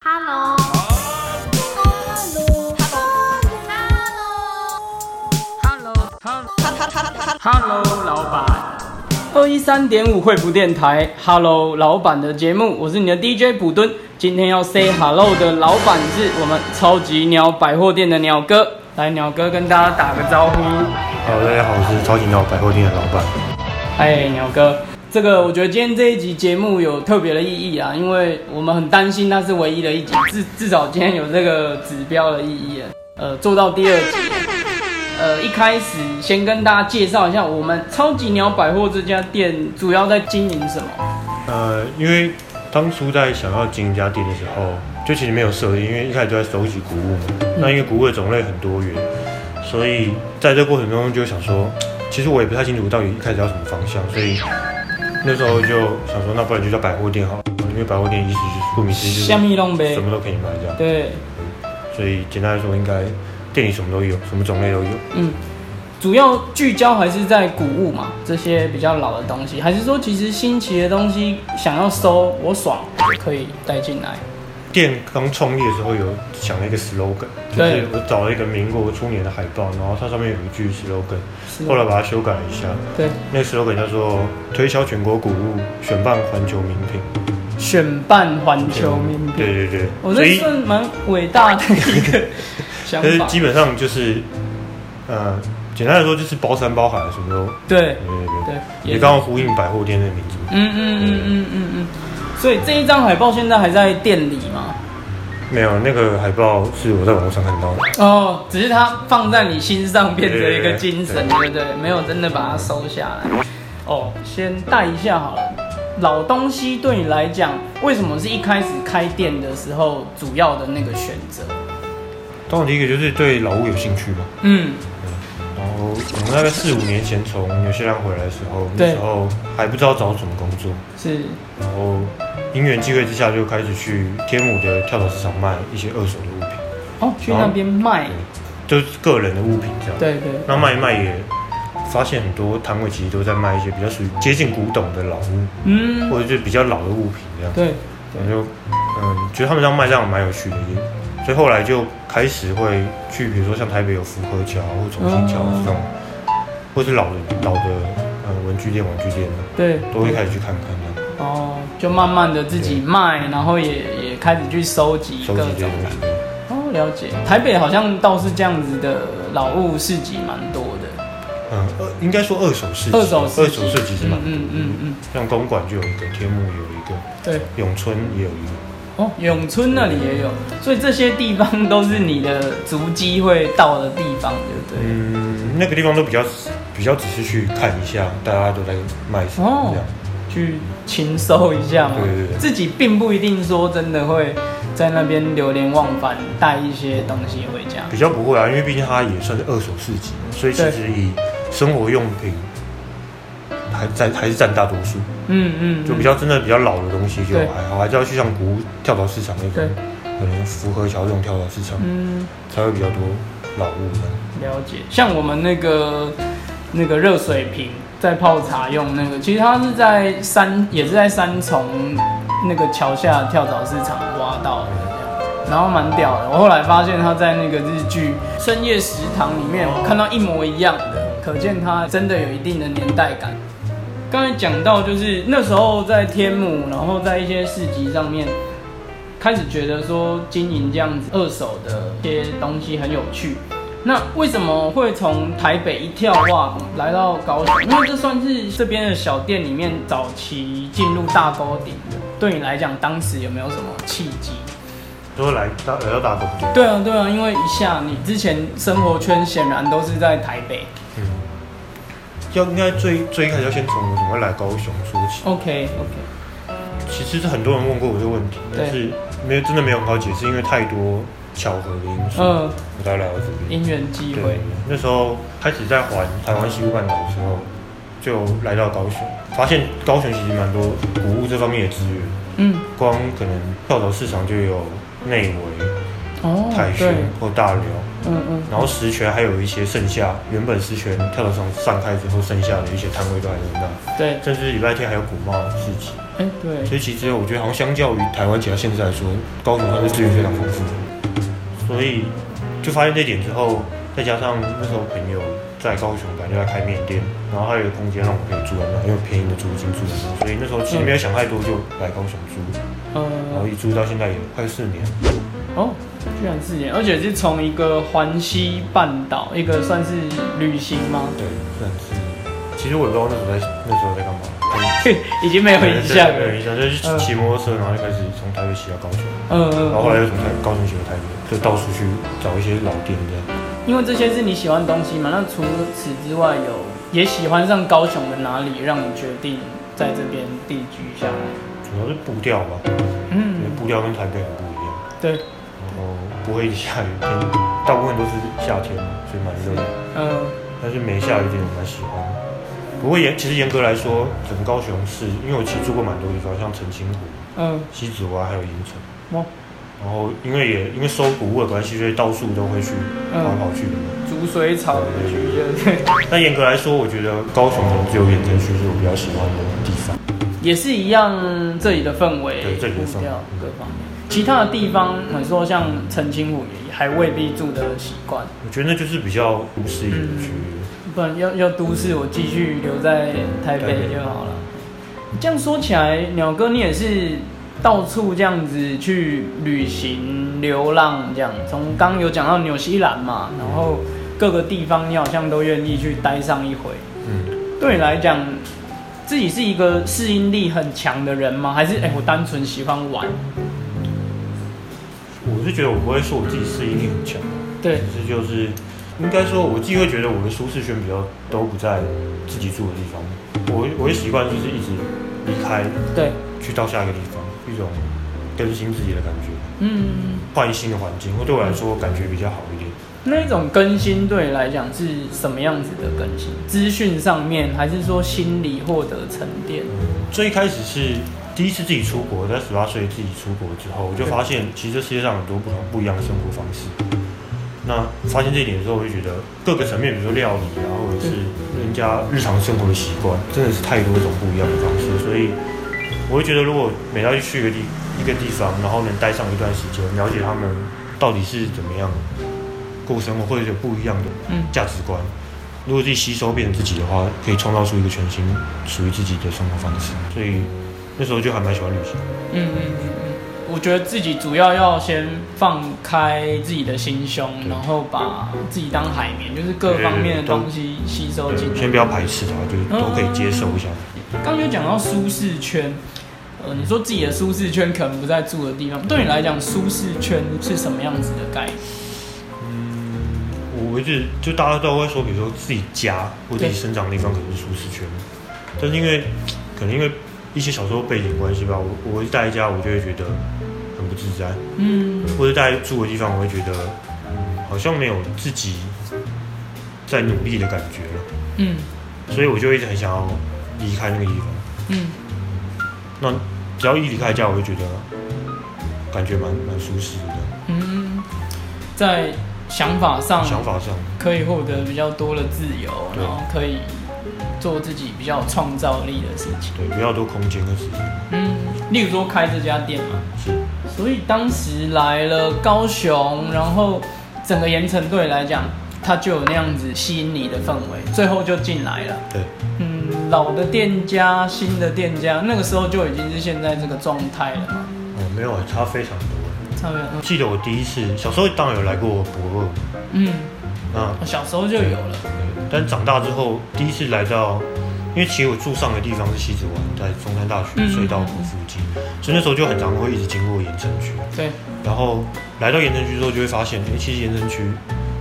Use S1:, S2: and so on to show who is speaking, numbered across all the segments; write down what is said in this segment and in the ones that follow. S1: Hello，
S2: Hello，哈哈哈哈，Hello，老板。二一三点五惠普电台，Hello，老板的节目，我是你的 DJ 普敦。今天要 say hello 的老板是我们超级鸟百货店的鸟哥，来，鸟哥跟大家打个招呼。
S3: Hello，大家好，我是超级鸟百货店的老板。
S2: 嗨，哎鸟哥，这个我觉得今天这一集节目有特别的意义啊，因为我们很担心那是唯一的一集，至至少今天有这个指标的意义了。呃，做到第二集，呃，一开始先跟大家介绍一下我们超级鸟百货这家店主要在经营什么。
S3: 呃，因为当初在想要经营一家店的时候，就其实没有设定，因为一开始就在收集古物嘛。那因为古物的种类很多元，所以在这过程中就想说，其实我也不太清楚到底一开始要什么方向，所以那时候就想说，那不然就叫百货店好了，因为百货店意思就是顾名思义就是
S2: 虾米弄呗
S3: 什么都可以买这样。
S2: 对，
S3: 所以简单来说，应该店里什么都有，什么种类都有。
S2: 嗯，主要聚焦还是在古物嘛，这些比较老的东西，还是说其实新奇的东西想要收，我爽可以带进来。
S3: 店刚创立的时候有想了一个 slogan，就
S2: 对
S3: 是我找了一个民国初年的海报，然后它上面有一句 slogan，
S2: 是
S3: 后来把它修改了一下，
S2: 对，
S3: 那个 slogan 叫做“推销全国古物，选办环球名品
S2: 选办环”。球名品。
S3: 对对对，
S2: 我
S3: 所
S2: 这
S3: 以
S2: 算蛮伟大的一个想
S3: 但是
S2: 法。
S3: 呃基本上就是，呃，简单来说就是包山包海什么都。
S2: 对
S3: 对对对，
S2: 对，
S3: 也刚好呼应百货店那个名字。
S2: 嗯嗯嗯嗯嗯嗯。所以这一张海报现在还在店里嘛？
S3: 没有，那个海报是我在网络上看到的。
S2: 哦，只是它放在你心上变成一个精神，
S3: 对
S2: 对不对？没有真的把它收下来。哦，先带一下好了。老东西对你来讲，为什么是一开始开店的时候主要的那个选择？
S3: 当然，第一个就是对老物有兴趣嘛。
S2: 嗯，
S3: 然后我们大概四五年前从纽西兰回来的时候，那
S2: 对
S3: 时候还不知道找什么工作，
S2: 是
S3: 然后因缘际会之下就开始去天母的跳蚤市场卖一些二手的物品，
S2: 哦，去那边卖
S3: 对。，就是个人的物品这样。，
S2: 对对，
S3: 那卖一卖也发现很多摊位其实都在卖一些比较属于接近古董的老物，
S2: 嗯，
S3: 或者是比较老的物品这样。
S2: 对，
S3: 我就嗯觉得他们这样卖这样蛮有趣的，也所以后来就开始会去，比如说像台北有福和桥或重新桥
S2: 嗯
S3: 这种，或是老的老的呃文具店、玩具店的，
S2: 对，
S3: 都会开始去看看这样，
S2: 哦，就慢慢的自己卖，然后也也开始去收集
S3: 收
S2: 各
S3: 集这
S2: 种。
S3: 些东西。
S2: 哦，了解。台北好像倒是这样子的老物市集蛮多的，
S3: 嗯，二应该说二手市集，
S2: 二手市集
S3: 二手市集是蛮
S2: 嗯
S3: 多
S2: 嗯嗯嗯，
S3: 像公馆就有一个，天幕有一个，
S2: 对。
S3: 永春也有一个，
S2: 哦，永春那里也有，所以这些地方都是你的足迹会到的地方，对不对？
S3: 嗯，那个地方都比较比较只是去看一下，大家都在卖什么
S2: 哦
S3: 这样。
S2: 去勤收一下嘛，
S3: 对对对
S2: 自己并不一定说真的会在那边流连忘返，带一些东西回家。
S3: 比较不会啊，因为毕竟它也算是二手市集，所以其实以生活用品还占还是占大多数，
S2: 嗯嗯，嗯
S3: 就比较真的比较老的东西就
S2: 对
S3: 还好，还是要去像古物跳蚤市场那
S2: 对
S3: 种，可能符合小众跳蚤市场、
S2: 嗯。
S3: 才会比较多老物的。
S2: 了解，像我们那个那个热水瓶在泡茶用那个，其实它是在三也是在三重那个桥下跳蚤市场挖到的这样，然后蛮屌的。我后来发现它在那个日剧《深夜食堂》里面，我看到一模一样的，可见它真的有一定的年代感。刚才讲到，就是那时候在天母，然后在一些市集上面，开始觉得说经营这样子二手的一些东西很有趣。那为什么会从台北一跳哇来到高雄？因为这算是这边的小店里面早期进入大沟顶的。对你来讲，当时有没有什么契机？
S3: 都会来大来到大东店，
S2: 对啊，对啊，因为一下你之前生活圈显然都是在台北。
S3: 嗯，要应该最最一开始要先从我怎么会来高雄说起。
S2: OK OK，
S3: 其实是很多人问过我这个问题，
S2: 对
S3: 但是没有真的没有很好解释，因为太多巧合的因素，
S2: 嗯，
S3: 我才来到这边。
S2: 因缘机
S3: 对
S2: 会，，
S3: 那时候开始在环台湾西部半岛的时候，就来到高雄，发现高雄其实蛮多古物这方面的资源，
S2: 嗯，
S3: 光可能跳蚤市场就有内围、
S2: 哦
S3: 泰，
S2: 对
S3: 轩，或大寮，
S2: 嗯嗯，
S3: 然后石泉还有一些剩下原本石泉跳蚤市场散开之后剩下的一些摊位都还在那，
S2: 对，
S3: 甚至礼拜天还有古贸市集，
S2: 哎、对，
S3: 所以其实我觉得好像相较于台湾其他县市来说，高雄它的资源非常丰富，所以就发现这点之后，再加上那时候朋友在高雄本来就在开面店，然后他有个空间让我可以住在那，很有便宜的租金住在那，所以那时候其实没有想太多就来高雄住，然后
S2: 呃，
S3: 一住到现在也快四年，
S2: 哦，居然四年，而且是从一个环西半岛，一个算是旅行吗？
S3: 对，算是。其实我也不知道那时候在那时候在干嘛，
S2: 已经没有印象
S3: 没有
S2: 了。
S3: 印象，就是骑摩托车，然后就开始从台北骑到高雄，
S2: 嗯
S3: 然后
S2: 嗯，
S3: 后来又从台高雄骑到台北，就到处去找一些老店这样。
S2: 因为这些是你喜欢的东西嘛。那除此之外有，也喜欢上高雄的哪里，让你决定在这边定居下来？
S3: 主要是步调吧，因为
S2: 嗯，哦
S3: 步调跟台北很不一样，
S2: 对，
S3: 然后不会一直下雨天，大部分都是夏天嘛，所以蛮热的。
S2: 嗯
S3: 但是没下雨天我蛮喜欢的。不过严其实严格来说，整个高雄市，因为我其实住过蛮多地方，像澄清湖、
S2: 嗯，
S3: 西子湾还有银城。
S2: 哦
S3: 然后因为也因为收谷物的关系，所以到处都会去
S2: 嗯
S3: 跑来跑去的。
S2: 逐水草的局，对不对？
S3: 但严格来说，我觉得高雄可能只有盐城区是我比较喜欢的地方。
S2: 也是一样，这里的氛围、
S3: 对这里的氛
S2: 步
S3: 围
S2: 调各方面。其他的地方，你说像澄清湖也还未必住得习惯，
S3: 我觉得那就是比较都市一点的区域。
S2: 不然要要都市，我继续留在台北就好了。这样说起来，鸟哥你也是到处这样子去旅行、流浪，这样从刚有讲到纽西兰嘛，然后各个地方你好像都愿意去待上一回。
S3: 嗯，
S2: 对你来讲，自己是一个适应力很强的人吗？还是哎、我单纯喜欢玩？
S3: 我是觉得我不会说我自己适应力很强。
S2: 对，
S3: 这就是应该说，我自己会觉得我的舒适圈比较都不在自己住的地方，我我会习惯就是一直离开，
S2: 对，
S3: 去到下一个地方，一种更新自己的感觉，
S2: 嗯，
S3: 换一新的环境，会对我来说感觉比较好一点。
S2: 那一种更新对你来讲是什么样子的更新？资讯上面，还是说心理获得沉淀？
S3: 最一开始是第一次自己出国，在十八岁自己出国之后，我就发现其实这世界上有很多不同不一样的生活方式。那发现这一点的时候，我就觉得各个层面，比如说料理啊，或者是人家日常生活的习惯，真的是太多种不一样的方式。所以，我会觉得如果每到去一个地一个地方，然后能待上一段时间，了解他们到底是怎么样过生活，或者有不一样的
S2: 嗯
S3: 价值观，如果自己吸收变成自己的话，可以创造出一个全新属于自己的生活方式。所以那时候就还蛮喜欢旅行。
S2: 嗯嗯嗯嗯，我觉得自己主要要先放开自己的心胸，
S3: 对
S2: 然后把自己当海绵，就是各方面的东西吸收进去。
S3: 先不要排斥它，就是都可以接受一下。
S2: 刚有讲到舒适圈，呃，你说自己的舒适圈可能不在住的地方，对你来讲，舒适圈是什么样子的概念？
S3: 我一直就大家都会说，比如说自己家或自己生长的地方可能是舒适圈，但是因为可能因为一些小时候背景关系吧，我我一待在家我就会觉得很不自在，
S2: 嗯，
S3: 或者待住的地方我会觉得、嗯好像没有自己在努力的感觉了，
S2: 嗯
S3: 所以我就一直很想要离开那个地方。
S2: 嗯
S3: 那只要一离开家，我就觉得感觉蛮蛮舒适的，
S2: 嗯，在想法上
S3: 想法上。
S2: 可以获得比较多的自由，
S3: 对
S2: 然后可以做自己比较有创造力的事情。
S3: 对，比较多空间跟时间。
S2: 嗯，例如说开这家店嘛，
S3: 是，
S2: 所以当时来了高雄，然后整个盐城对你来讲，它就有那样子吸引你的氛围，最后就进来了。
S3: 对，
S2: 嗯，老的店家、新的店家，那个时候就已经是现在这个状态了嘛。
S3: 哦，没有啊，差非常多。
S2: 差不多，
S3: 记得我第一次小时候当然有来过博二，
S2: 嗯，
S3: 那
S2: 我小时候就有了。
S3: 但长大之后第一次来到，因为其实我住上的地方是西子湾，在中山大学
S2: 嗯
S3: 隧道口附近，所以那时候就很常会一直经过盐城区。
S2: 对，
S3: 然后来到盐城区之后，就会发现，哎、其实盐城区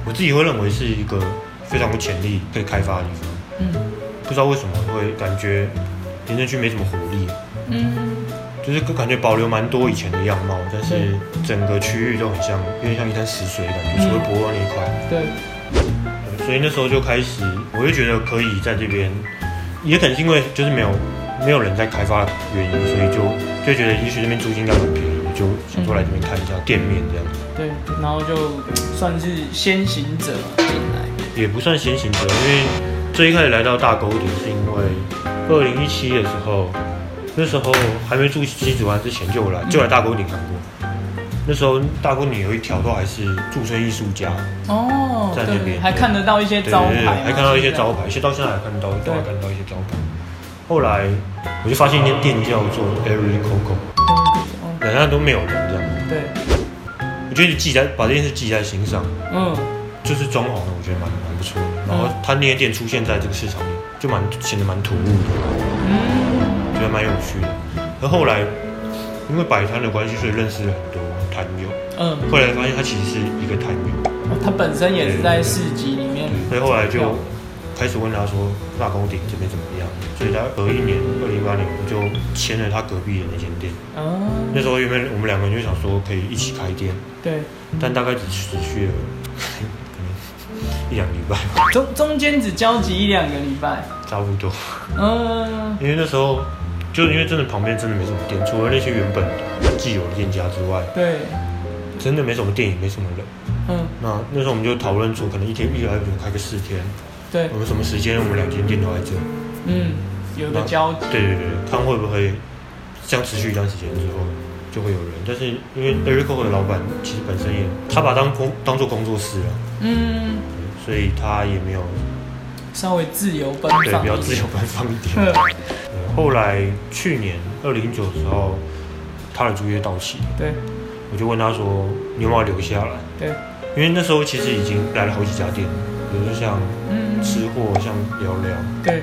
S3: 我自己会认为是一个非常有潜力可以开发的地方。
S2: 嗯
S3: 不知道为什么会感觉盐城区没什么活力，
S2: 嗯
S3: 就是感觉保留蛮多以前的样貌，但是
S2: 嗯
S3: 整个区域都很像，有点像一滩死水的感觉，
S2: 嗯
S3: 除了博尔那一块。
S2: 对，
S3: 对所以那时候就开始，我就觉得可以在这边，也可能是因为就是没有没有人在开发的原因，所以就就觉得也许这边租金应该很便宜，我就想说来这边看一下店面这样子，
S2: 对，然后就算是先行者进来。
S3: 也不算先行者，因为最一开始来到大沟顶是因为二零一七的时候，那时候还没住西子湾之前就有来，就来大沟顶看过。那时候大沟顶有一条都还是驻村艺术家，
S2: 哦，
S3: 在那边
S2: 对，
S3: 对
S2: 还看得到一些
S3: 对对
S2: 招牌
S3: 对，
S2: 吗，
S3: 还看到一些
S2: 现在
S3: 招牌，其实到现在还看到，都还
S2: 对
S3: 看到一些招牌。后来我就发现一间店叫做 Every Coco，
S2: 哦
S3: 两家都没有人这样，
S2: 对，哦
S3: 我觉得记在把这件事记在心上，
S2: 嗯，
S3: 就是装潢的，我觉得蛮蛮不错的。然后他那间店出现在这个市场里，就蛮显得蛮突兀的，
S2: 嗯
S3: 我觉得蛮有趣的。而后来因为摆摊的关系，所以认识了很多摊友。
S2: 嗯，
S3: 后来发现他其实是一个摊友，
S2: 哦它本身也是在市集里面，
S3: 所以后来就开始问他说大公顶这边怎么样，所以他隔一年，二零一八年我就签了他隔壁的那间店。
S2: 嗯，
S3: 那时候原本我们两个人就想说可以一起开店，
S2: 对，
S3: 但大概只持续了可能一两礼拜，
S2: 中中间只交集一两个礼拜，
S3: 差不多。
S2: 嗯，
S3: 因为那时候就因为真的旁边真的没什么店，除了那些原本既有的店家之外，
S2: 对，
S3: 真的没什么店，也没什么人。
S2: 嗯，
S3: 那那时候我们就讨论说，可能一天一个礼拜就开个四天，
S2: 对
S3: 我，们什么时间我们两间店都在这。
S2: 嗯，有个交集，
S3: 对对对，看会不会这样持续一段时间之后就会有人。但是因为 Eric Coco 的老板其实本身也他把它当工当做工作室了，
S2: 嗯，
S3: 所以他也没有
S2: 稍微自由奔
S3: 对
S2: 放，
S3: 比较 自由奔放一点。
S2: 嗯，
S3: 对后来去年二零一九的时候，他的租约到期，
S2: 对
S3: 我就问他说：“你有没有留下来
S2: 对，？”
S3: 因为那时候其实已经来了好几家店，比如说像
S2: 嗯，
S3: 吃货、像聊聊，
S2: 对，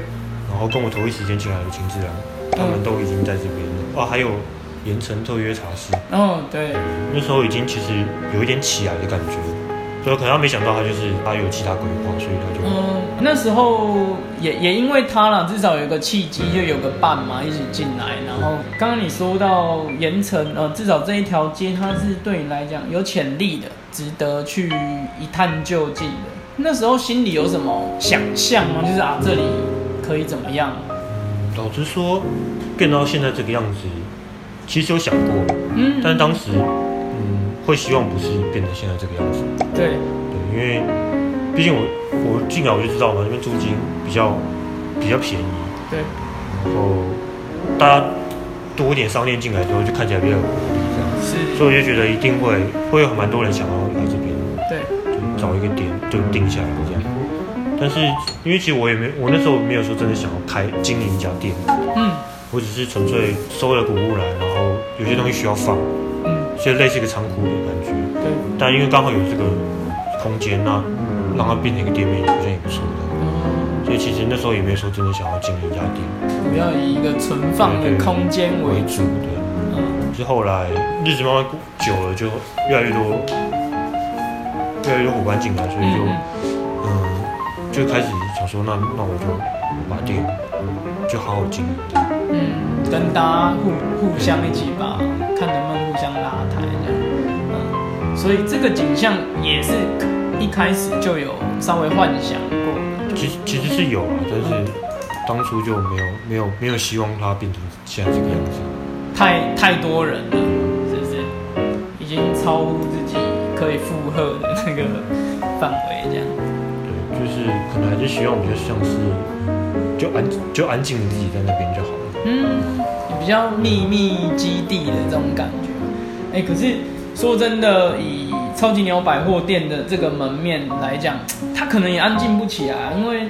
S3: 然后跟我同一时间进来的秦志良，他们都已经在这边
S2: 嗯
S3: 了。啊，还有盐城特约茶室，
S2: 哦，对，
S3: 那时候已经其实有一点起来的感觉，所以可能他没想到他就是他有其他规划，所以他就、
S2: 嗯，那时候也也因为他啦，至少有一个契机，就有个伴嘛，一起进来。然后刚刚你说到盐城，呃，至少这一条街它是对你来讲有潜力的，值得去一探究竟的。那时候心里有什么想象吗？就是啊，这里可以怎么样？
S3: 老实说，变到现在这个样子，其实有想过，
S2: 嗯，
S3: 但是当时嗯会希望不是变成现在这个样子。
S2: 对
S3: 对，因为毕竟我我进来我就知道嘛，那边租金比较比较便宜，
S2: 对
S3: 然后大家多一点商店进来之后，就看起来比较有活力这样，
S2: 是，
S3: 所以我就觉得一定会会有蛮多人想要来这边，
S2: 对
S3: 就找一个点就定下来这样。但是因为其实我也没我那时候没有说真的想要开经营一家店，
S2: 嗯
S3: 我只是纯粹收了谷物来，然后有些东西需要放，
S2: 嗯
S3: 所以类似一个仓库的感觉。
S2: 对
S3: 但因为刚好有这个空间那、让它变成一个店面，好像也不错的。
S2: 嗯，
S3: 所以其实那时候也没有说真的想要经营一家店
S2: 主要以一个存放的空间为
S3: 为
S2: 主。
S3: 主的。
S2: 嗯，
S3: 是后来日子慢慢过久了，就越来越多越来越多伙伴进来，所以就
S2: 嗯
S3: 嗯就开始想说，那那我就把店就好好经营这样。
S2: 嗯，跟大家互互相一起吧，看能不能互相拉抬这样。嗯，所以这个景象也是一开始就有稍微幻想过。
S3: 其实其实是有啊，但是当初就没有没有没有希望它变成现在这个样子。
S2: 太太多人了，是不是？已经超乎自己可以负荷的那个范围这样。
S3: 对，就是可能还是希望比较像是，嗯就安就安静的自己在那边就好了。
S2: 嗯，比较秘密基地的这种感觉。哎、可是说真的，以超级牛百货店的这个门面来讲，它可能也安静不起来，因为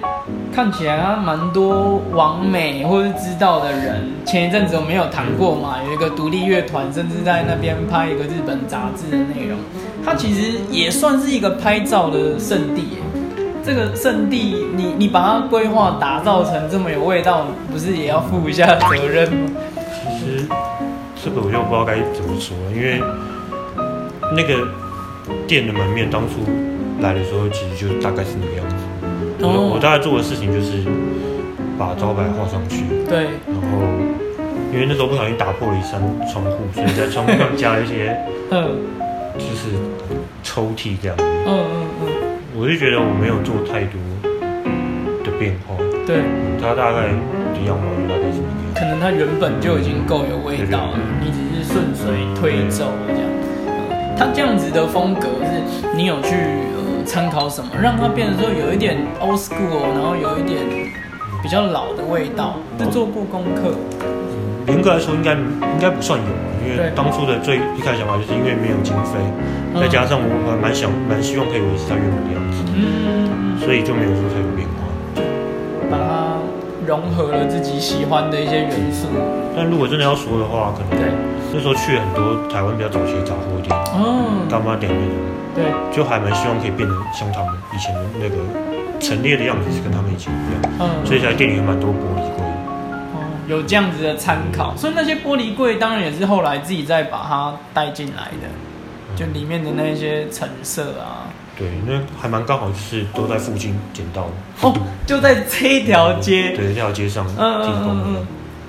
S2: 看起来它蛮多网美或是知道的人。前一阵子我们有谈过嘛，有一个独立乐团，甚至在那边拍一个日本杂志的内容。它其实也算是一个拍照的圣地耶。这个圣地，你你把它规划打造成这么有味道，不是也要负一下责任吗？
S3: 其实这个我就不知道该怎么说了，因为那个店的门面当初来的时候，其实就大概是那个样子。我、
S2: 哦
S3: 我大概做的事情就是把招牌画上去，
S2: 对，
S3: 然后因为那时候不小心打破了一扇窗户，所以在窗户上加了一些
S2: 嗯
S3: 就是抽屉这样。
S2: 嗯嗯嗯，
S3: 我就觉得我没有做太多的变化。
S2: 对，
S3: 它大概的样貌就大概是那个样子。
S2: 可能它原本就已经够有味道了，你只是嗯顺水推舟这样。嗯它这样子的风格是，你有去呃参考什么，让它变得说有一点 old school，然后有一点比较老的味道，是做过功课。
S3: 严格来说应该应该不算有啊，因为
S2: 对
S3: 当初的最一开始想法就是因为没有经费，
S2: 嗯
S3: 再加上我还蛮想蛮希望可以维持它原本的样子，
S2: 嗯，
S3: 所以就没有说太有变化。
S2: 把它融合了自己喜欢的一些元素。
S3: 但如果真的要说的话，可能
S2: 对，
S3: 那时候去很多台湾比较早期的杂货店、
S2: 哦，
S3: 干妈店那种。
S2: 对，
S3: 就还蛮希望可以变得像他们以前的那个陈列的样子，是跟他们以前一样，
S2: 嗯，
S3: 所以在店里有蛮多玻璃柜。
S2: 哦有这样子的参考，所以那些玻璃柜当然也是后来自己再把它带进来的，就里面的那些成色啊，
S3: 对，那还蛮刚好，就是都在附近捡到的。
S2: 哦，就在这一条街，
S3: 对，这条街上提
S2: 嗯嗯
S3: 供
S2: 嗯
S3: 的
S2: 嗯。，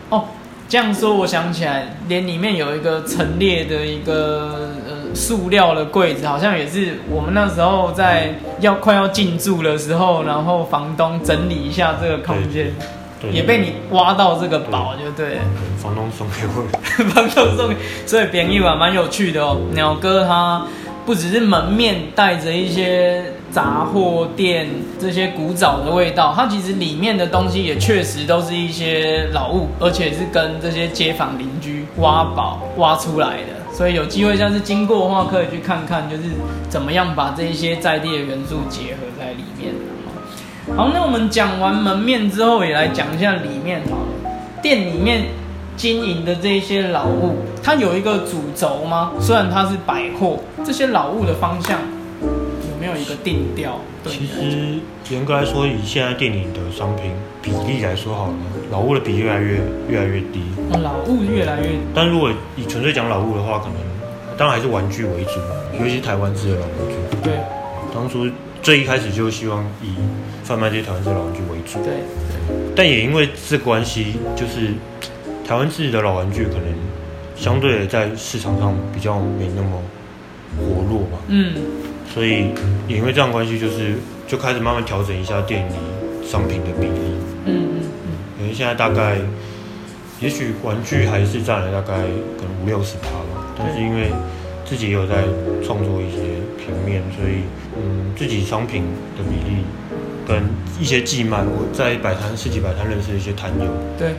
S2: 哦，这样说我想起来，连里面有一个陈列的一个呃塑料的柜子，好像也是我们那时候在要快要进驻的时候，然后房东整理一下这个空间，
S3: 对，
S2: 也被你挖到这个宝，就对了。
S3: 对房东送给我 的。
S2: 帮手送给，所以便宜吧，蛮有趣的哦。鸟哥他不只是门面带着一些杂货店这些古早的味道，它其实里面的东西也确实都是一些老物，而且是跟这些街坊邻居挖宝挖出来的。所以有机会下次经过的话，可以去看看，就是怎么样把这一些在地的元素结合在里面。好，那我们讲完门面之后，也来讲一下里面好了。店里面经营的这一些老物，它有一个主轴吗？虽然它是百货，这些老物的方向有没有一个定调？对
S3: 其实严格来说，以现在店里的商品比例来说好了，老物的比例越来越越来越低。
S2: 哦老物越来越
S3: 但如果以纯粹讲老物的话，可能当然还是玩具为主，尤其是台湾制的老玩具。
S2: 对
S3: 当初最一开始就希望以贩卖这些台湾制老玩具为主，
S2: 对
S3: 但也因为这关系，就是台湾制的老玩具可能相对的在市场上比较没那么活络嘛，
S2: 嗯
S3: 所以也因为这样关系，就是就开始慢慢调整一下店里商品的比例。
S2: 嗯嗯
S3: 可能现在大概，也许玩具还是占了大概可能五六十趴吧，但是因为自己也有在创作一些平面，所以嗯，自己商品的比例跟一些寄卖，我在摆摊市集摆摊认识的一些摊友，
S2: 嗯对，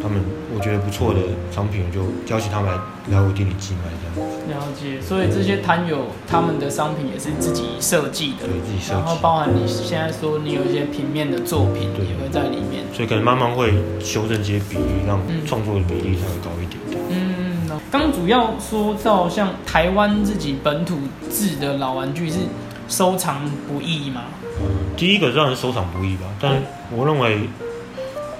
S3: 他们我觉得不错的商品，我就邀请他们来来我店里寄卖这样，
S2: 了解。所以这些摊友他们的商品也是自己设计的
S3: 对。自己设
S2: 然后
S3: 计，
S2: 包含你现在说你有一些平面的作品
S3: 对
S2: 也会在里面，
S3: 所以可能慢慢会修正这些比例，让
S2: 嗯
S3: 创作的比例稍微高一点点。
S2: 嗯，刚主要说到像台湾自己本土制的老玩具是收藏不易嘛，
S3: 嗯第一个当然收藏不易吧，但我认为，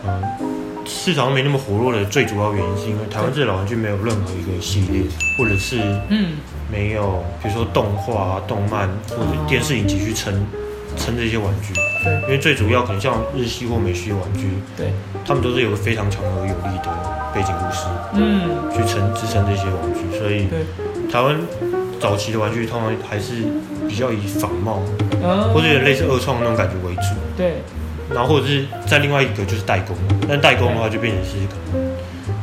S3: 嗯，市场没那么活络的最主要原因是因为台湾这老玩具没有任何一个系列，或者是
S2: 嗯，
S3: 没有比如说动画啊、动漫或者电视影集去撑撑这些玩具，
S2: 对
S3: 因为最主要可能像日系或美系的玩具，
S2: 对，
S3: 他们都是有个非常强而有力的背景故事
S2: 嗯，
S3: 去撑支撑这些玩具，所以
S2: 对，
S3: 台湾早期的玩具通常还是比较以仿冒
S2: 嗯，
S3: 或者有点类似二创那种感觉为主。
S2: 对，
S3: 然后或者是在另外一个就是代工，但代工的话就变成是可能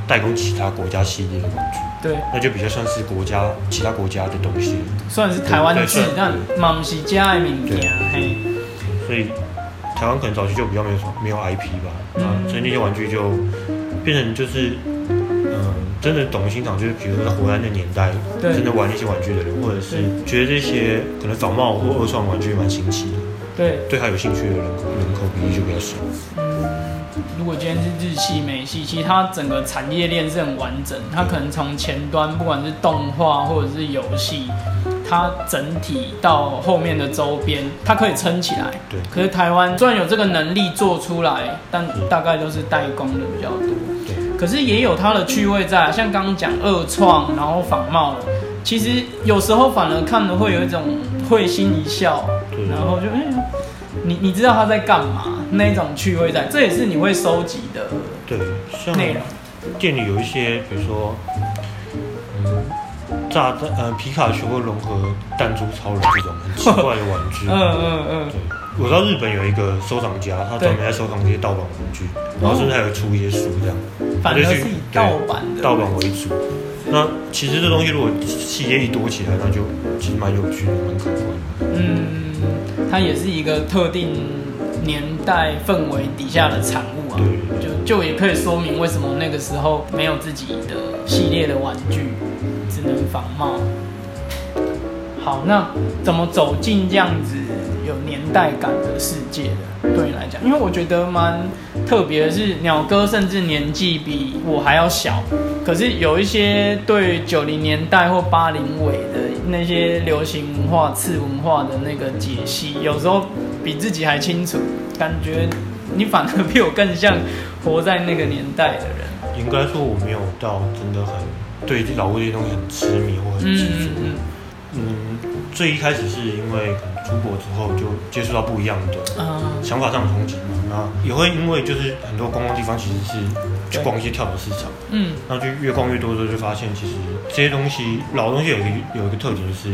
S3: 代工其他国家系列的玩具，
S2: 对，
S3: 那就比较算是国家其他国家的东西，
S2: 虽然是台湾制，但嘛不是家的物件，嘿，
S3: 所以台湾可能早期就比较没有什么没有 IP 吧，啊，所以那些玩具就变成就是。嗯，真的懂欣赏，就是比如说活在那年代，
S2: 对
S3: 真的玩那些玩具的人，或者是觉得这些可能仿冒或二创玩具蛮新奇的，
S2: 对，
S3: 对他有兴趣的人人口比例就比较少。
S2: 如果今天是日系、美系，其实它整个产业链是很完整，它可能从前端不管是动画或者是游戏，它整体到后面的周边，它可以撑起来。
S3: 对，
S2: 可是台湾虽然有这个能力做出来，但大概都是代工的比较多。
S3: 对
S2: 可是也有它的趣味在啊，像刚刚讲二创，然后仿冒的，其实有时候反而看了会有一种会心一笑，
S3: 对
S2: 然后就哎、你你知道他在干嘛那一种趣味在，这也是你会收集的
S3: 对，像
S2: 内容。
S3: 店里有一些，比如说，嗯，炸弹，呃，皮卡丘会融合弹珠超人这种很奇怪的玩具。
S2: 嗯嗯嗯，
S3: 对，我知道日本有一个收藏家，他专门在收藏这些盗版玩具，然后甚至还有出一些书这样，
S2: 嗯反而是以盗版的
S3: 盗版为主。那其实这东西如果系列一多起来，那就其实蛮有趣的，蛮可观的。
S2: 嗯，它也是一个特定年代氛围底下的产物啊，
S3: 对
S2: 就就也可以说明为什么那个时候没有自己的系列的玩具，只能仿冒。好，那怎么走进这样子有年代感的世界的？对你来讲，因为我觉得蛮特别的是，鸟哥甚至年纪比我还要小，可是有一些对九零年代或八零尾的那些流行文化、次文化的那个解析，有时候比自己还清楚，感觉你反而比我更像活在那个年代的人。
S3: 应该说我没有到真的很对老物这些东西很痴迷或很
S2: 嗯
S3: 执
S2: 嗯
S3: 着。
S2: 嗯，
S3: 嗯，最一开始是因为可能出国之后就接触到不一样的
S2: 嗯
S3: 想法上的冲击嘛，那也会因为就是很多观光地方其实是去逛一些跳蚤市场，
S2: 嗯
S3: 那就越逛越多之后就发现，其实这些东西老东西有一个有一个特点就是，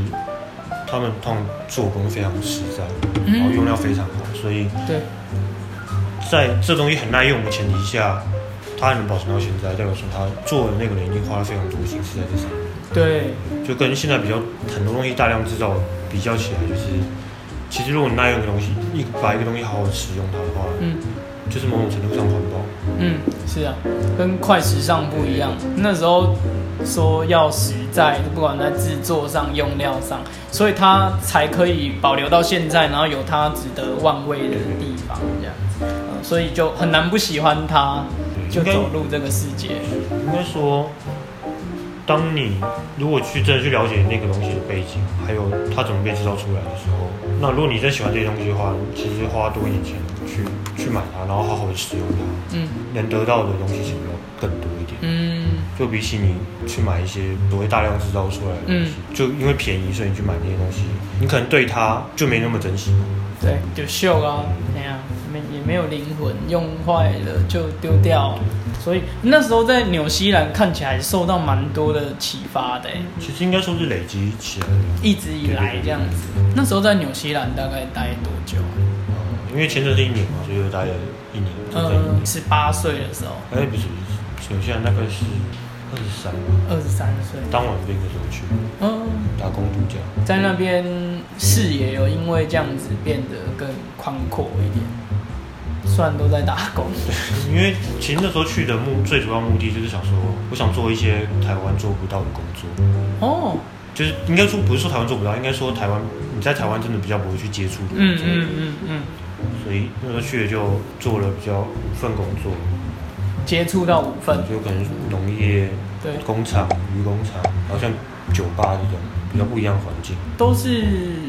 S3: 他们通常做工非常实在，然后
S2: 嗯，
S3: 用料非常好，所以
S2: 对，
S3: 在这东西很耐用的前提下，它还能保存到现在，代表说它做的那个人已经花了非常多心思在这上面。
S2: 对，
S3: 就跟现在比较很多东西大量制造比较起来，就是其实如果你耐用的东西，一把一个东西好好使用它的话，
S2: 嗯。
S3: 就是某种程度上环保。
S2: 嗯，是啊，跟快时尚不一样。那时候说要实在，不管在制作上、用料上，所以它才可以保留到现在，然后有它值得万味的地方，这样子、呃所以就很难不喜欢它，就
S3: 应该
S2: 走入这个世界。
S3: 应该说，当你如果去真的去了解那个东西的背景，还有它怎么被制造出来的时候，那如果你真喜欢这些东西的话，其实花多一点钱去去买它，然后好好的使用它，
S2: 嗯
S3: 能得到的东西其实要更多一点。
S2: 嗯
S3: 就比起你去买一些所谓大量制造出来的东西，就因为便宜，所以你去买那些东西，你可能对它就没那么珍惜。
S2: 对，就秀啊，那样没也没有灵魂，用坏了就丢掉。所以那时候在纽西兰看起来受到蛮多的启发的欸、
S3: 其实应该说是累积起来的，
S2: 一直以来这样子。那时候在纽西兰大概待多久啊？
S3: 嗯因为签证是一年嘛，所以就待了一年，整整一
S2: 嗯，
S3: 年。
S2: 十八岁的时候，
S3: 哎，不是，首先那个是二十三吧，
S2: 二十三岁，
S3: 当晚兵的时候去
S2: 嗯，
S3: 打工度假。
S2: 在那边视野有因为这样子变得更宽阔一点。虽然都在打工，
S3: 因为其实那时候去的目最主要目的就是想说，我想做一些台湾做不到的工作，
S2: 哦，
S3: 就是应该说不是说台湾做不到，应该说台湾你在台湾真的比较不会去接触的工
S2: 嗯
S3: 作。
S2: 嗯嗯嗯，
S3: 所以那时候去了就做了比较五份工作，
S2: 接触到五份，
S3: 就可能农业、
S2: 对，
S3: 工厂、渔工厂，好像酒吧这种比较不一样的环境。
S2: 都是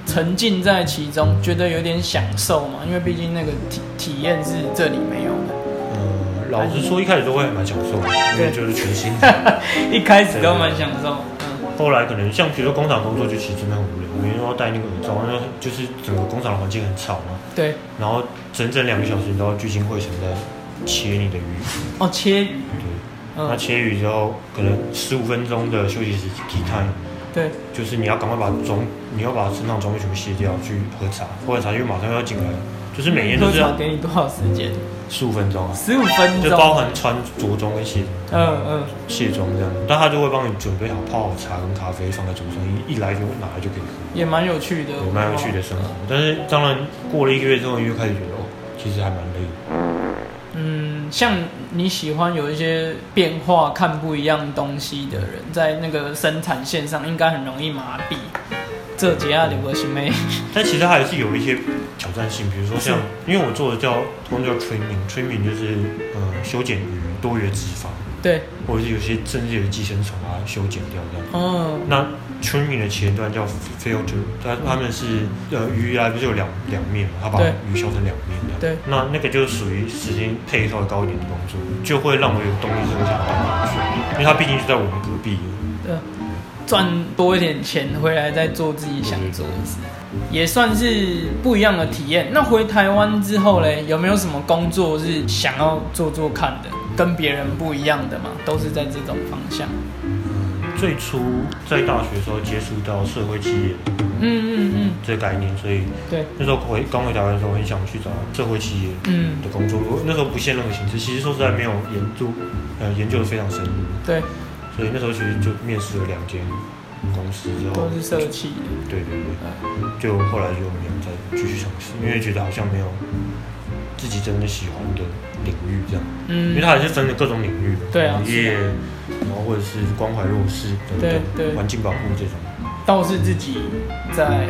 S2: 沉浸在其中，觉得有点享受嘛，因为毕竟那个体体验是这里没有的，
S3: 呃，老实说，一开始都会蛮享受的，因为就是 全新的。
S2: 一开始都蛮享受，嗯，
S3: 后来可能像比如说工厂工作，就其实真的很无聊，每天都要戴那个耳罩，那就是整个工厂的环境很吵嘛，
S2: 对，
S3: 然后整整两个小时你都要聚精会神在切你的鱼，
S2: 哦，切鱼，
S3: 对，那
S2: 嗯，
S3: 切鱼之后可能十五分钟的休息时 tea time。
S2: 对，
S3: 就是你要赶快把装，你要把身上装备全部卸掉去喝茶，喝完茶又马上要进来，就是每天
S2: 嗯
S3: 都
S2: 喝
S3: 是
S2: 茶
S3: 要
S2: 给你多少时间？
S3: 十五分钟啊，
S2: 十五分
S3: 就
S2: 钟，
S3: 包含穿着装跟卸
S2: 嗯嗯，
S3: 卸妆这样，但他就会帮你准备好泡好茶跟咖啡放在桌上，一一来就拿来就可以喝，
S2: 也蛮有趣的，
S3: 对蛮有趣的生活。但是当然过了一个月之后，你就开始觉得哦，其实还蛮累的，
S2: 嗯，像你喜欢有一些变化、看不一样东西的人，在那个生产线上应该很容易麻痹。这节啊，刘伯行妹，
S3: 但其实它还是有一些挑战性，比如说像
S2: 是
S3: 因为我做的叫通常叫 trimming，trimming 就是呃修剪鱼多余的脂肪，
S2: 对，
S3: 或者是有些甚至有些寄生虫把它修剪掉这样。
S2: 嗯，
S3: 那 trimming 的前段叫 filter，它他们是呃鱼来不是有两两面嘛，它把
S2: 对
S3: 鱼削成两面的。
S2: 对。
S3: 那那个就是属于时间配套高一点的工作，就会让我有动力是我想要干去，因为它毕竟就在我们隔壁。
S2: 对，啊赚多一点钱回来再做自己想做的事，也算是不一样的体验。那回台湾之后嘞，有没有什么工作是想要做做看的，跟别人不一样的嘛？都是在这种方向。
S3: 最初在大学的时候接触到社会企业
S2: 嗯嗯嗯，
S3: 这个概念，所以
S2: 对，
S3: 那时候回刚回台湾的时候，很想去找社会企业
S2: 嗯
S3: 的工作。我那时候不限任何形式，其实说实在没有研究，呃，研究的非常深入，
S2: 对，
S3: 所以那时候其实就面试了两间公司之后
S2: 都，是社企的。嗯
S3: 对对对，就后来就没有再继续尝试，因为觉得好像没有自自己真的喜欢的领域，这样，因为
S2: 嗯
S3: 它还是分了各种领域，
S2: 对啊
S3: 农业，然后或者是关怀弱势等
S2: 对
S3: 等，
S2: 对
S3: 环境保护这种，
S2: 倒是自己在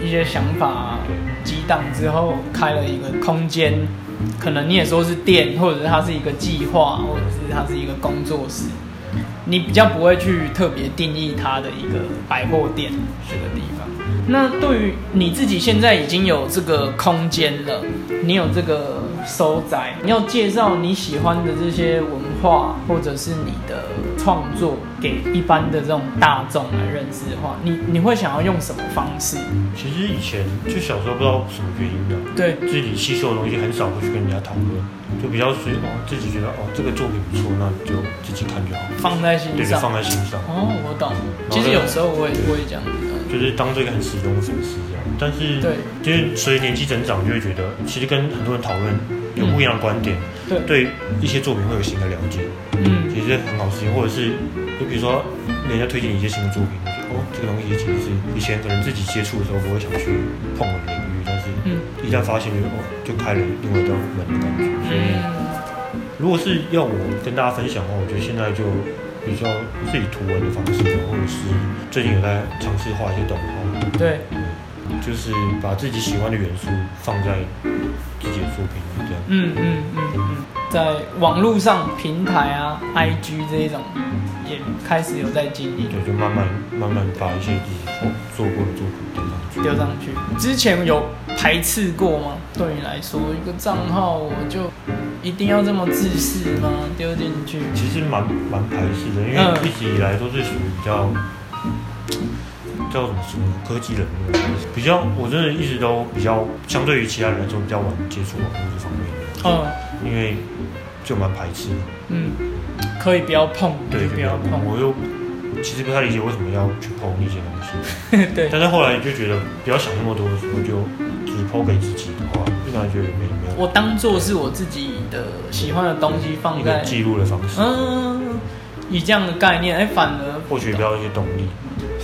S2: 一些想法
S3: 对，
S2: 激荡之后，开了一个空间，可能你也说是店，或者是它是一个计划，或者是它是一个工作室，你比较不会去特别定义它的一个百货店这个地方。那对于你自己现在已经有这个空间了，你有这个收窄，你要介绍你喜欢的这些文化，或者是你的创作给一般的这种大众来认识的话，你你会想要用什么方式？
S3: 其实以前就小时候不知道什么原因的，
S2: 对，
S3: 自己吸收的东西很少会去跟人家讨论，就比较是哦自己觉得哦这个作品不错，那你就自己看就好，
S2: 放在心
S3: 对，就
S2: 上。
S3: 放在心上。
S2: 哦，我懂。其实有时候我也我也这样子。
S3: 就是当做一个很始终的粉丝这样。但是，
S2: 对，
S3: 就是随着年纪增长，就会觉得其实跟很多人讨论有不一样的观点，
S2: 对
S3: 对一些作品会有新的了解，
S2: 嗯，
S3: 其实很好事情。或者是，就比如说人家推荐你一些新的作品，你就觉得哦，这个东西其实是以前可能自己接触的时候不会想去碰的领域，但是
S2: 嗯
S3: 一旦发现就哦，就开了另外一道门的感觉。所以，
S2: 嗯，
S3: 如果是要我跟大家分享的话，我觉得现在就。比较是以图文的方式，或者是最近有在尝试画一些动画，
S2: 对，
S3: 就是把自己喜欢的元素放在自己的作品里，这样。
S2: 嗯嗯嗯嗯，在网络上平台啊，IG 这一种也开始有在经营。
S3: 对，就慢慢慢慢把一些自己做过的作品丢上去。
S2: 丢上去。之前有排斥过吗？对你来说，一个账号我就一定要这么自私吗？丢进去？
S3: 其实蛮蛮排斥的，因
S2: 嗯
S3: 为一直以来都是属于比较叫什么什么科技人物，啊比较我真的一直都比较相对于其他人来说比较晚接触网络这方面的，
S2: 嗯
S3: 因为就蛮排斥的。
S2: 嗯，可以不要碰，
S3: 对，
S2: 就
S3: 就
S2: 不
S3: 比
S2: 要
S3: 较
S2: 碰。
S3: 我又其实不太理解为什么要去碰一些东西。
S2: 对，
S3: 但是后来就觉得不要想那么多的时候，就只抛给自己的话，就感觉没没有
S2: 我当做是我自己的喜欢的东西放
S3: 一个
S2: 在，
S3: 记录的方式，
S2: 嗯，以这样的概念，哎、反而
S3: 获取到一些动力。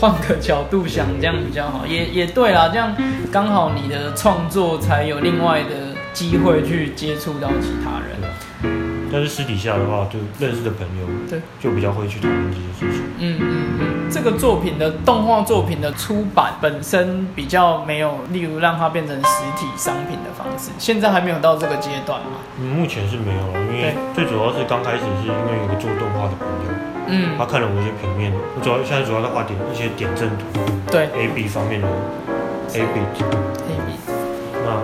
S2: 换个角度想，这样比较好，也也对啦，这样刚好你的创作才有另外的机会去接触到其他人。
S3: 但是私底下的话，就认识的朋友，
S2: 对，
S3: 就比较会去讨论这些事情。
S2: 嗯嗯嗯，这个作品的动画作品的出版本身比较没有，例如让它变成实体商品的方式，现在还没有到这个阶段嘛。
S3: 嗯，目前是没有了，因为最主要是刚开始是因为有个做动画的朋友，
S2: 嗯
S3: 他，看了我一些平面，我主要现在主要在画点一些点阵图
S2: 对
S3: ，A B 方面的 A B，
S2: ，A B，
S3: 那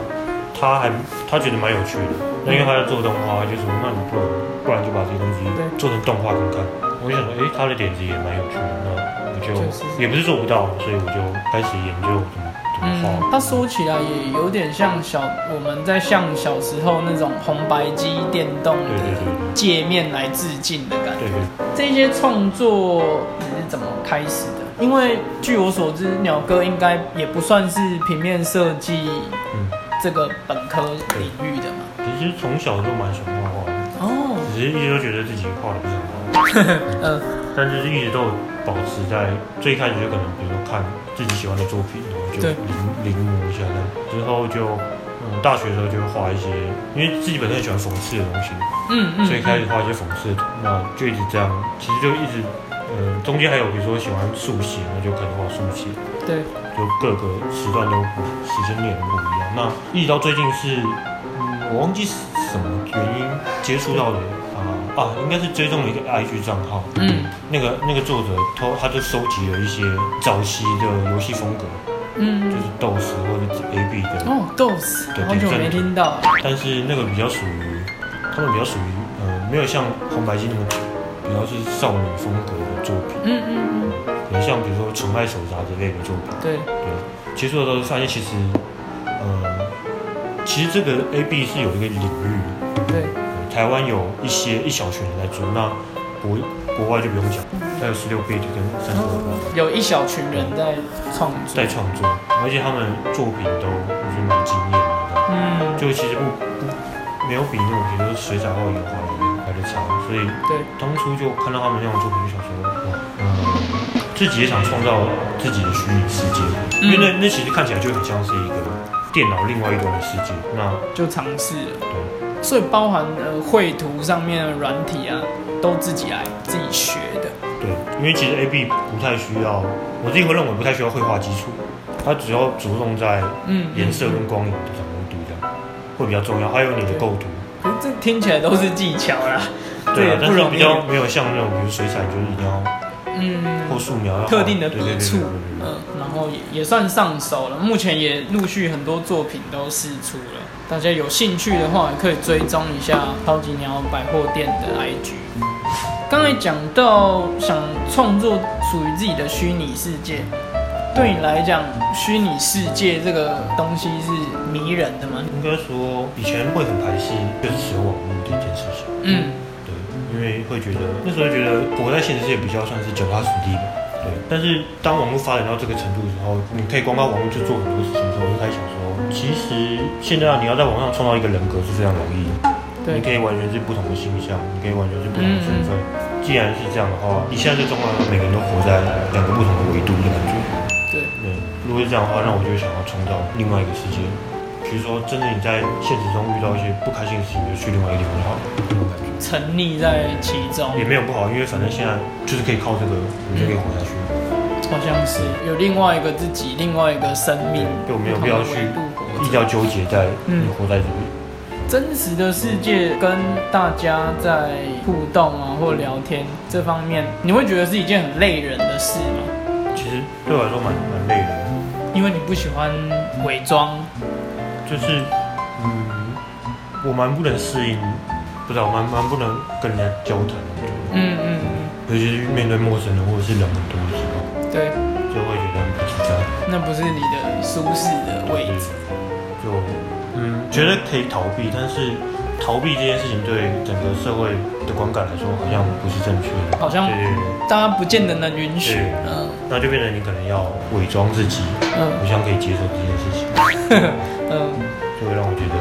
S3: 他还他觉得蛮有趣的，那因为他在做动画，他就说那你不然不然就把这个东西
S2: 对
S3: 做成动画看看。我就想说，哎、他的点子也蛮有趣的，那我就
S2: 确实是
S3: 也不是做不到，所以我就开始研究怎么怎么画。
S2: 嗯，它说起来也有点像小我们在向小时候那种红白机电动
S3: 对对
S2: 的
S3: 对
S2: 界面来致敬的感觉。
S3: 对对，
S2: 这些创作你是怎么开始的？因为据我所知，鸟哥应该也不算是平面设计
S3: 嗯，
S2: 这个本科领域的嘛。
S3: 其实从小就蛮喜欢画画的，
S2: 哦，
S3: 只是一直都觉得自己画的不是很好，
S2: 呃，
S3: 但就是一直都有保持在最开始就可能比如说看自己喜欢的作品，然后就
S2: 对
S3: 临临摹一下那样，之后就嗯大学的时候就会画一些，因为自己本身很喜欢讽刺的东西，
S2: 嗯嗯，
S3: 所以开始画一些讽刺图，那就一直这样，其实就一直，呃，中间还有比如说喜欢速写，那就开始画速写，
S2: 对，
S3: 就各个时段都不时间内容不一样。那一直到最近是，嗯，我忘记是什么原因接触到的啊、啊，应该是追踪了一个 IG 账号，
S2: 嗯
S3: 那个那个作者他他就收集了一些早期的游戏风格，就是
S2: 嗯，
S3: 斗士或者 AB 的
S2: 哦，Dos，
S3: 对
S2: 好久没听到，
S3: 但是那个比较属于，他们比较属于，呃，没有像红白机那么比较是少女风格的作品，
S2: 嗯嗯
S3: 可能像比如说《纯爱手札》之类的作品
S2: 嗯，。对，
S3: 对，接触的时候发现其实，呃，其实这个 A B 是有一个领域，
S2: 对，
S3: 呃台湾有一些一小群人在做，那国国外就不用讲，还有十六 bit 跟三十六 bit。
S2: 有一小群人在创作，
S3: 在创作，而且他们作品都我觉得蛮惊艳的，
S2: 嗯，
S3: 就其实不不没有比那种，比如说水彩画、油画来的差，所以
S2: 对，
S3: 当初就看到他们那种作品，就想说，哇，嗯，
S2: 嗯
S3: 自己也想创造自己的虚拟世界，因为那那其实看起来就很像是一个电脑另外一端的世界。那
S2: 就尝试了。所以包含呃绘图上面的软体啊，都自己来自己学的。
S3: 对，因为其实 A B 不太需要，我自己会认为不太需要绘画基础，它只要着重在
S2: 嗯，
S3: 颜色跟光影的掌握度这样会比较重要，还有你的构图。
S2: 可是这听起来都是技巧啦，
S3: 对啊，
S2: 这也
S3: 但
S2: 嗯不
S3: 是
S2: 容易
S3: 比较没有像那种，比如水彩就是一定要
S2: 嗯，
S3: 或素描要
S2: 特定的笔
S3: 对对对对
S2: 触
S3: 对对，
S2: 嗯，
S3: 对
S2: 然后也也算上手了。目前也陆续很多作品都试出了，大家有兴趣的话，也可以追踪一下超级鸟百货店的 IG。刚才讲到想创作属于自己的虚拟世界，对你来讲，虚拟世界这个东西是迷人的吗？
S3: 应该说以前会很排斥，就是使用网络这件事情。
S2: 嗯，
S3: 对，因为会觉得那时候觉得活在现实世界比较算是脚踏实地吧。对，但是当网络发展到这个程度的时候，你可以光靠网络去做很多事情的时候，我就开始想说，其实现在你要在网上创造一个人格是非常容易，
S2: 对
S3: 你可以完全是不同的形象，你可以完全是不同的身份。既然是这样的话，你现在最重要的，每个人都活在两个不同的维度的感觉。
S2: 对。
S3: 对，如果是这样的话，那我就会想要创造另外一个世界。比如说，真的你在现实中遇到一些不开心的事情，你就去另外一个地方就好了，这种感觉。
S2: 沉溺在其中，
S3: 也没有不好，因为反正现在就是可以靠这个，你就可以活下去。
S2: 好像是有另外一个自己，另外一个生命，
S3: 对我没有必要去
S2: 不同的维度活
S3: 一
S2: 着
S3: 定要纠结在
S2: 嗯
S3: 你活在这里，
S2: 真实的世界跟大家在互动啊，或聊天这方面，你会觉得是一件很累人的事吗？
S3: 其实对我来说蛮蛮累的，
S2: 因为你不喜欢伪装，
S3: 就是嗯，我蛮不能适应，不知道蛮蛮不能跟人家交谈的，我觉得
S2: 嗯嗯，嗯，
S3: 尤其是面对陌生人或者是人很多的时候，
S2: 对，
S3: 就会觉得很不自在。
S2: 那不是你的舒适的位置，
S3: 就嗯，觉得可以逃避，但是逃避这件事情对整个社会的观感来说好像不是正确的，
S2: 好像
S3: 对对对，
S2: 大家不见得能允许
S3: 对，
S2: 嗯
S3: 那就变成你可能要伪装自己。
S2: 嗯
S3: 互相可以接受这件事情，
S2: 嗯，
S3: 就会让我觉得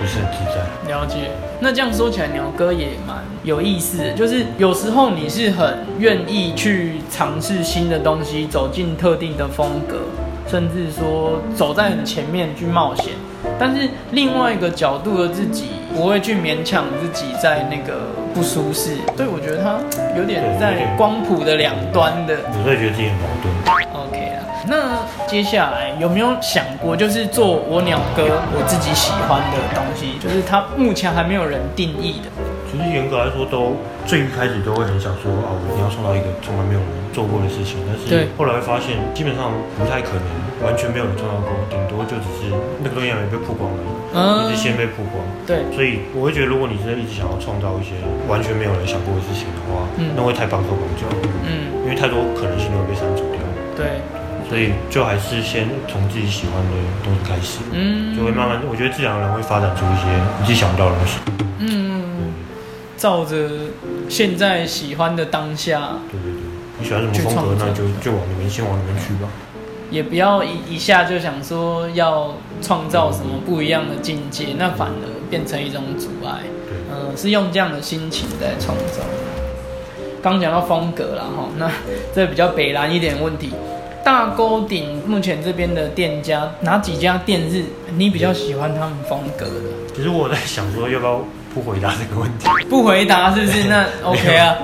S3: 不是很自在。
S2: 了解。那这样说起来，鸟哥也蛮有意思的，就是有时候你是很愿意去尝试新的东西，走进特定的风格，甚至说走在很前面去冒险。但是另外一个角度的自己，不会去勉强自己在那个不舒适。对，我觉得他有点在光谱的两端的。
S3: 有时候也觉得自己很矛盾，
S2: OK 啊，那接下来有没有想过，就是做我鸟哥我自己喜欢的东西，就是他目前还没有人定义的。
S3: 其实严格来说都最一开始都会很想说啊，我一定要创造一个从来没有人做过的事情，但
S2: 对
S3: 是后来发现基本上不太可能，完全没有人创造过，顶多就只是那个东西还没被曝光而已，一直先被曝光。
S2: 嗯对，
S3: 所以我会觉得，如果你真的一直想要创造一些完全没有人想过的事情的话，
S2: 嗯
S3: 那会太绑手绑脚，
S2: 嗯，
S3: 因为太多可能性都会被删除掉。
S2: 对，
S3: 所以就还是先从自己喜欢的东西开始。就会
S2: 嗯，
S3: 慢慢，我觉得自然而然会发展出一些你自己想不到的东西。
S2: 嗯，照着现在喜欢的当下，
S3: 对对对，你喜欢什么风格，
S2: 去创造
S3: 那就就往里面先往里面去吧。
S2: 也不要一一下就想说要创造什么不一样的境界，那反而变成一种阻碍。
S3: 对，
S2: 嗯、是用这样的心情在创造。刚讲到风格啦，哈，那 这比较北蓝一点的问题。大沟顶目前这边的店家，哪几家店是你比较喜欢他们风格的？
S3: 其实我在想说，要不要不回答这个问题？
S2: 不回答是不是？ 那 OK 啊，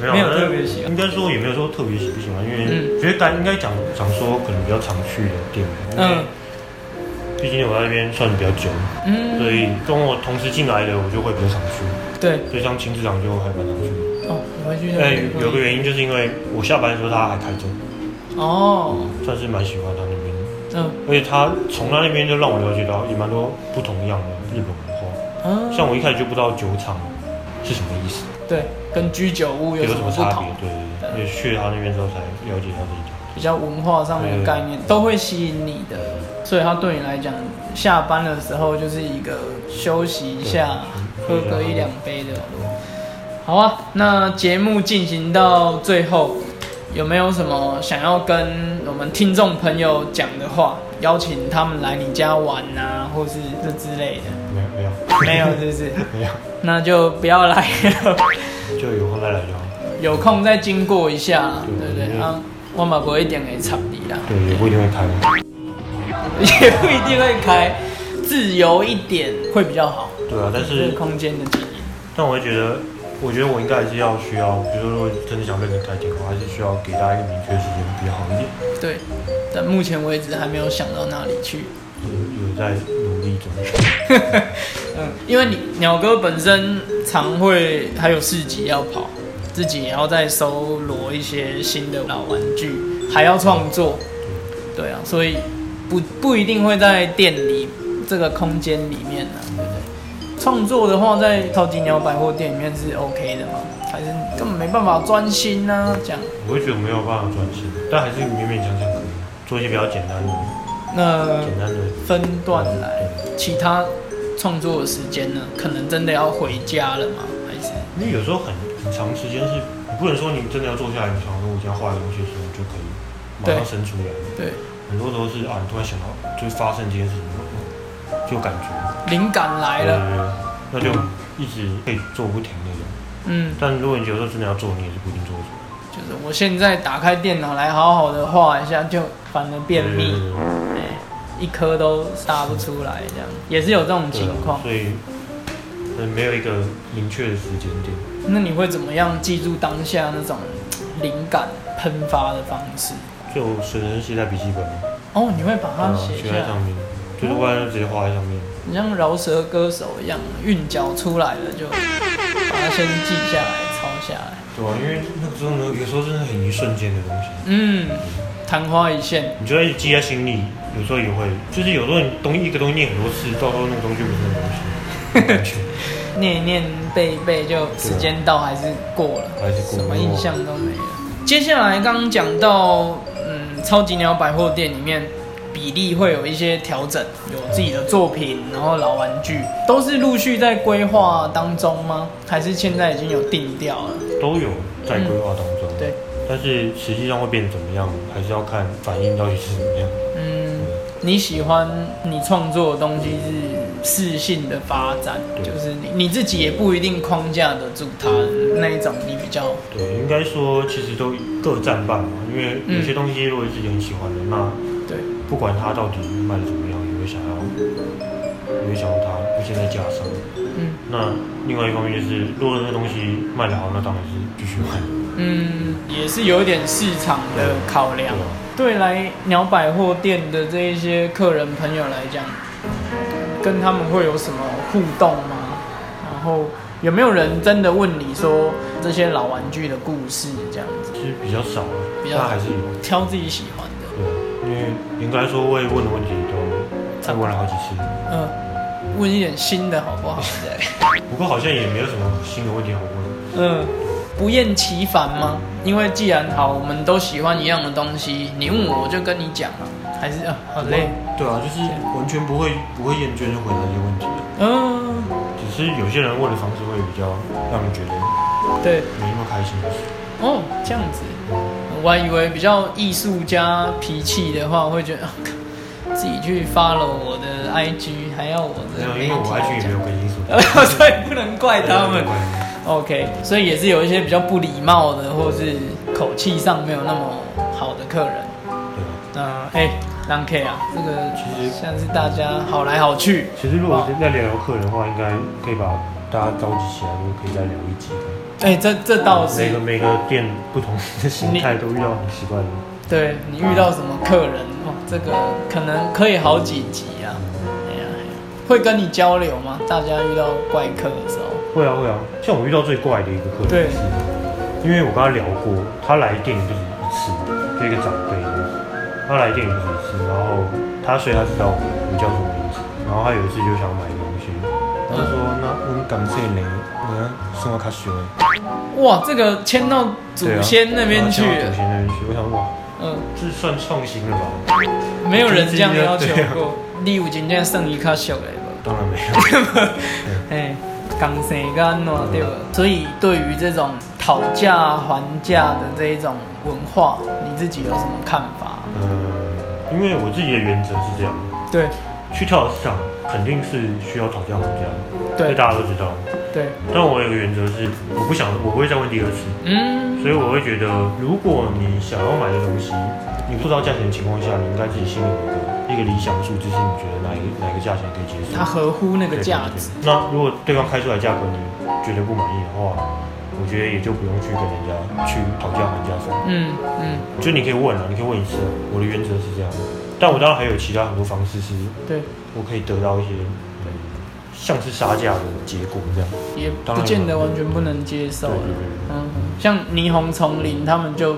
S3: 没 有，
S2: 没有
S3: 但是
S2: 特别喜欢
S3: 应该说也没有说特别喜不喜欢，因
S2: 嗯
S3: 为觉得该应该讲讲说可能比较常去的店，
S2: 嗯
S3: 嗯，毕竟我在那边算是比较久，
S2: 嗯，
S3: 所以跟我同时进来的我就会比较常去，
S2: 对，
S3: 所以像秦市长就还蛮常去的。
S2: 哦，我回去
S3: 哎，有个原因就是因为我下班的时候他还开着，
S2: 哦，
S3: 算是蛮喜欢他那边的。
S2: 嗯
S3: 而且他从他那边就让我了解到也蛮多不同样的日本文化，
S2: 嗯，
S3: 像我一开始就不知道酒厂是什么意思，
S2: 对，跟居酒屋有
S3: 有
S2: 什
S3: 什
S2: 么
S3: 么
S2: 不
S3: 差
S2: 同嗯
S3: 别？？对对对，也去他那边之后才了解到这一点。
S2: 比较文化上面的概念都会吸引你的，所以它对你来讲，下班的时候就是一个休息一下，喝
S3: 对
S2: 个一两杯的。好啊，那节目进行到最后，有没有什么想要跟我们听众朋友讲的话？邀请他们来你家玩啊，或是这之类的，
S3: 没有没有
S2: 没有是不是？
S3: 没有，
S2: 那就不要来了。
S3: 就有空再来就好。
S2: 有空再经过一下，
S3: 对
S2: 对不
S3: 因
S2: 对？
S3: 为
S2: 啊，我嘛不会一定会插你啦。
S3: 对，也不一定会开。
S2: 也不一定会开，自由一点会比较好。
S3: 对啊，但
S2: 这
S3: 是
S2: 空间的经验，
S3: 但我会觉得，我觉得我应该还是要需要，比如说，如果真的想认真开店的话，还是需要给大家一个明确时间比较好一点。
S2: 对。但目前为止还没有想到哪里去。
S3: 有有在努力中。
S2: 嗯，因为你鸟哥本身常会还有市集要跑，自己也要再搜罗一些新的老玩具，还要创作，对啊，所以不不一定会在店里这个空间里面呢、对不对？创作的话，在超级鸟百货店里面是 OK 的嘛，还是根本没办法专心啊，这样。
S3: 我会觉得没有办法专心，但还是勉勉强强可以做一些比较简单的、
S2: 那
S3: 简单的
S2: 分段来，其他创作的时间呢，可能真的要回家了嘛，还是？
S3: 因为有时候很很长时间是，你不能说你真的要坐下来，你想说我今天画一个东西的时候就可以马上生出来。
S2: 对，
S3: 很多时候是啊，你突然想到就是发生这件事情，嗯就有感觉
S2: 灵感来了。
S3: 对对对，那就一直可以做不停那种。
S2: 嗯，
S3: 但如果你有时候真的要做，你也是不一定做得出来。
S2: 就是我现在打开电脑来好好的画一下，就反而便秘，
S3: 对对对
S2: 一颗都打不出来，这样也是有这种
S3: 对对
S2: 情
S3: 对啊
S2: 况。
S3: 所以嗯没有一个明确的时间点。
S2: 那你会怎么样记住当下那种嘖灵感喷发的方式？
S3: 就随身携带笔记本嘛，
S2: 哦，你会把它
S3: 嗯
S2: 写
S3: 写
S2: 下
S3: 在
S2: 来，
S3: 上面，就是不然就直接画在上面。
S2: 你像饶舌歌手一样，韵脚出来了就把它先记下来，抄下来。
S3: 对啊，因为那个时候呢，有时候真的很一瞬间的东西，
S2: 嗯，昙花一现。
S3: 你就会记在心里。有时候也会，就是有时候你东一个东西念很多次，到时候那个东西就不是那个东西，感觉
S2: 念一念背一背，就时间到还是过了，
S3: 还是过了
S2: 什么印象都没了。接下来刚刚讲到，嗯，超级鸟百货店里面比例会有一些调整，有自己的作品，然后老玩具都是陆续在规划当中吗？还是现在已经有定调了？
S3: 都有在规划当
S2: 嗯
S3: 中。
S2: 对，
S3: 但是实际上会变得怎么样，还是要看反应到底是怎么样。
S2: 嗯，你喜欢你创作的东西是适性的发展，
S3: 对
S2: 就是你你自己也不一定框架得住它那一种，你比较
S3: 对，应该说其实都各占半嘛，因为有些东西如果自己很喜欢的，那
S2: 对。
S3: 不管它到底卖的怎么样，也会想要，也会想要它出现在架上。
S2: 嗯
S3: 那另外一方面就是，如果那个东西卖得好，那当然是继续 卖。
S2: 嗯，也是有一点市场的考量对
S3: 对啊。
S2: 来鸟百货店的这一些客人朋友来讲，跟他们会有什么互动吗？然后有没有人真的问你说这些老玩具的故事这样子？
S3: 其实比较少了，
S2: 比较少
S3: 但还是有。
S2: 挑自己喜欢的。
S3: 对啊，因为应该说我也问的问题都再问了好几次，
S2: 嗯、问一点新的好不 好？对。
S3: 不过好像也没有什么新的问题好问。
S2: 嗯，不厌其烦吗？因为既然好，我们都喜欢一样的东西，你问我，我就跟你讲嘛。还是啊，好累。
S3: 对啊，就是完全不会不会厌倦就回答这些问题了，
S2: 嗯，
S3: 只是有些人问的方式会比较让人觉得
S2: 对。
S3: 没那么开心的事。
S2: 哦，这样子，我还以为比较艺术家脾气的话，会觉得、啊 自己去 follow 我的 IG，还要我
S3: 没
S2: 的
S3: 有，
S2: 媒
S3: 因为
S2: 体
S3: 我 IG 也没有更 清楚。
S2: 讲所以不能怪他们
S3: 对。
S2: OK，所以也是有一些比较不礼貌的，或是口气上没有那么好的客人。
S3: 啊，
S2: 那哎，浪 K 啊，这个
S3: 其实
S2: 像是大家好来好去，
S3: 其实如果是在聊客人的话，应该可以把大家召集起来，就可以再聊一集。
S2: 哎，这这倒是
S3: 每个每个店不同的形态都遇到很奇怪的。
S2: 对你遇到什么客人哦，这个可能可以好几集啊。哎呀，哎呀会跟你交流吗？大家遇到怪客的时候，
S3: 会啊会啊，像我遇到最怪的一个客人，
S2: 对，
S3: 因为我跟他聊过，他来店里就是一次，就一个长辈这样子，他来店里就是一次，然后他所以他知道我我叫什么名字，然后他有一次就想买东西，他就说那我们感谢你，你要送到卡西欧。
S2: 哇，这个迁到祖
S3: 对啊啊
S2: 先那边去
S3: 然后
S2: 了
S3: 祖先那边去，我想哇，
S2: 嗯，
S3: 这算创新了吧？
S2: 没有人这样要求
S3: 对啊
S2: 过。第五今天剩一卡小嘞吧，
S3: 当然没有，
S2: 哎，刚生个安喏对吧？所以对于这种讨价还价的这一种文化，你自己有什么看法？
S3: 呃，因为我自己的原则是这样，
S2: 对
S3: 去跳蚤市场肯定是需要讨价还价的，这
S2: 对
S3: 大家都知道。
S2: 对，
S3: 但我有个原则是，我不想，我不会再问第二次，
S2: 嗯，
S3: 所以我会觉得，如果你想要买的东西，你不知道价钱的情况下，你应该自己心里有一个一个理想的数字是你觉得哪一哪个价钱可以接受？
S2: 它合乎那个
S3: 对对
S2: 价
S3: 对
S2: 值。
S3: 那如果对方开出来价格你觉得不满意的话，我觉得也就不用去跟人家去讨价还价什么。
S2: 嗯嗯，
S3: 就你可以问啊，你可以问一次啊，我的原则是这样的。但我当然还有其他很多方式是
S2: 对，
S3: 我可以得到一些嗯像是杀价的结果这样。
S2: 也不见得完全不能接受
S3: 对
S2: 啊。
S3: 对对
S2: 嗯，像霓虹丛林他们就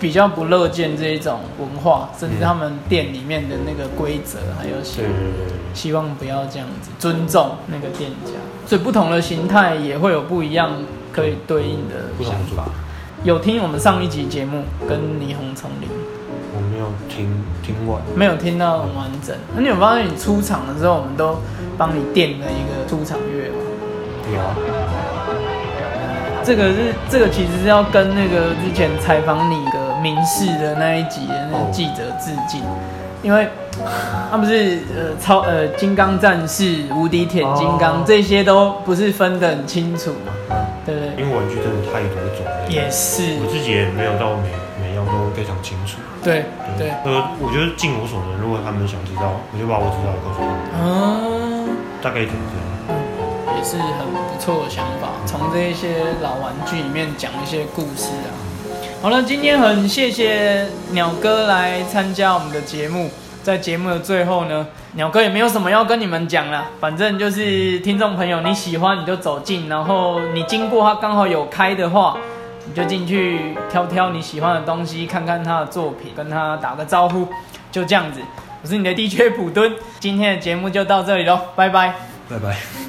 S2: 比较不乐见这一种文化，甚至
S3: 嗯
S2: 他们店里面的那个规则，还有
S3: 对对对对。
S2: 希望不要这样子，尊重那个店家。所以不同的形态也会有不一样可以对应的
S3: 不同
S2: 想
S3: 的做
S2: 法
S3: 法。
S2: 有听我们上一集节目跟霓虹丛林，
S3: 我没有听听完，
S2: 没有听到很完整。那你有发现你出场的时候，我们都帮你垫了一个出场乐吗？
S3: 有啊，
S2: 这个是这个其实是要跟那个之前采访你的民事的那一集的那个记者致敬，因为他不是呃超呃金刚战士、无敌铁金刚、
S3: 哦
S2: 这些都不是分得很清楚嘛，对不对？
S3: 因为玩具真的太多种类了，
S2: 也是，
S3: 我自己也没有到每每样都非常清楚。
S2: 对对，
S3: 呃，我觉得尽我所能，如果他们想知道，我就把我知道的告诉他们，
S2: 嗯，
S3: 大概怎么这样。
S2: 也是很不错的想法，从这一些老玩具里面讲一些故事啊。好了，今天很谢谢鸟哥来参加我们的节目。在节目的最后呢，鸟哥也没有什么要跟你们讲啦，反正就是听众朋友你喜欢你就走进，然后你经过他刚好有开的话，你就进去挑挑你喜欢的东西，看看他的作品，跟他打个招呼，就这样子。我是你的 DJ 普敦，今天的节目就到这里喽，拜拜。
S3: 拜拜。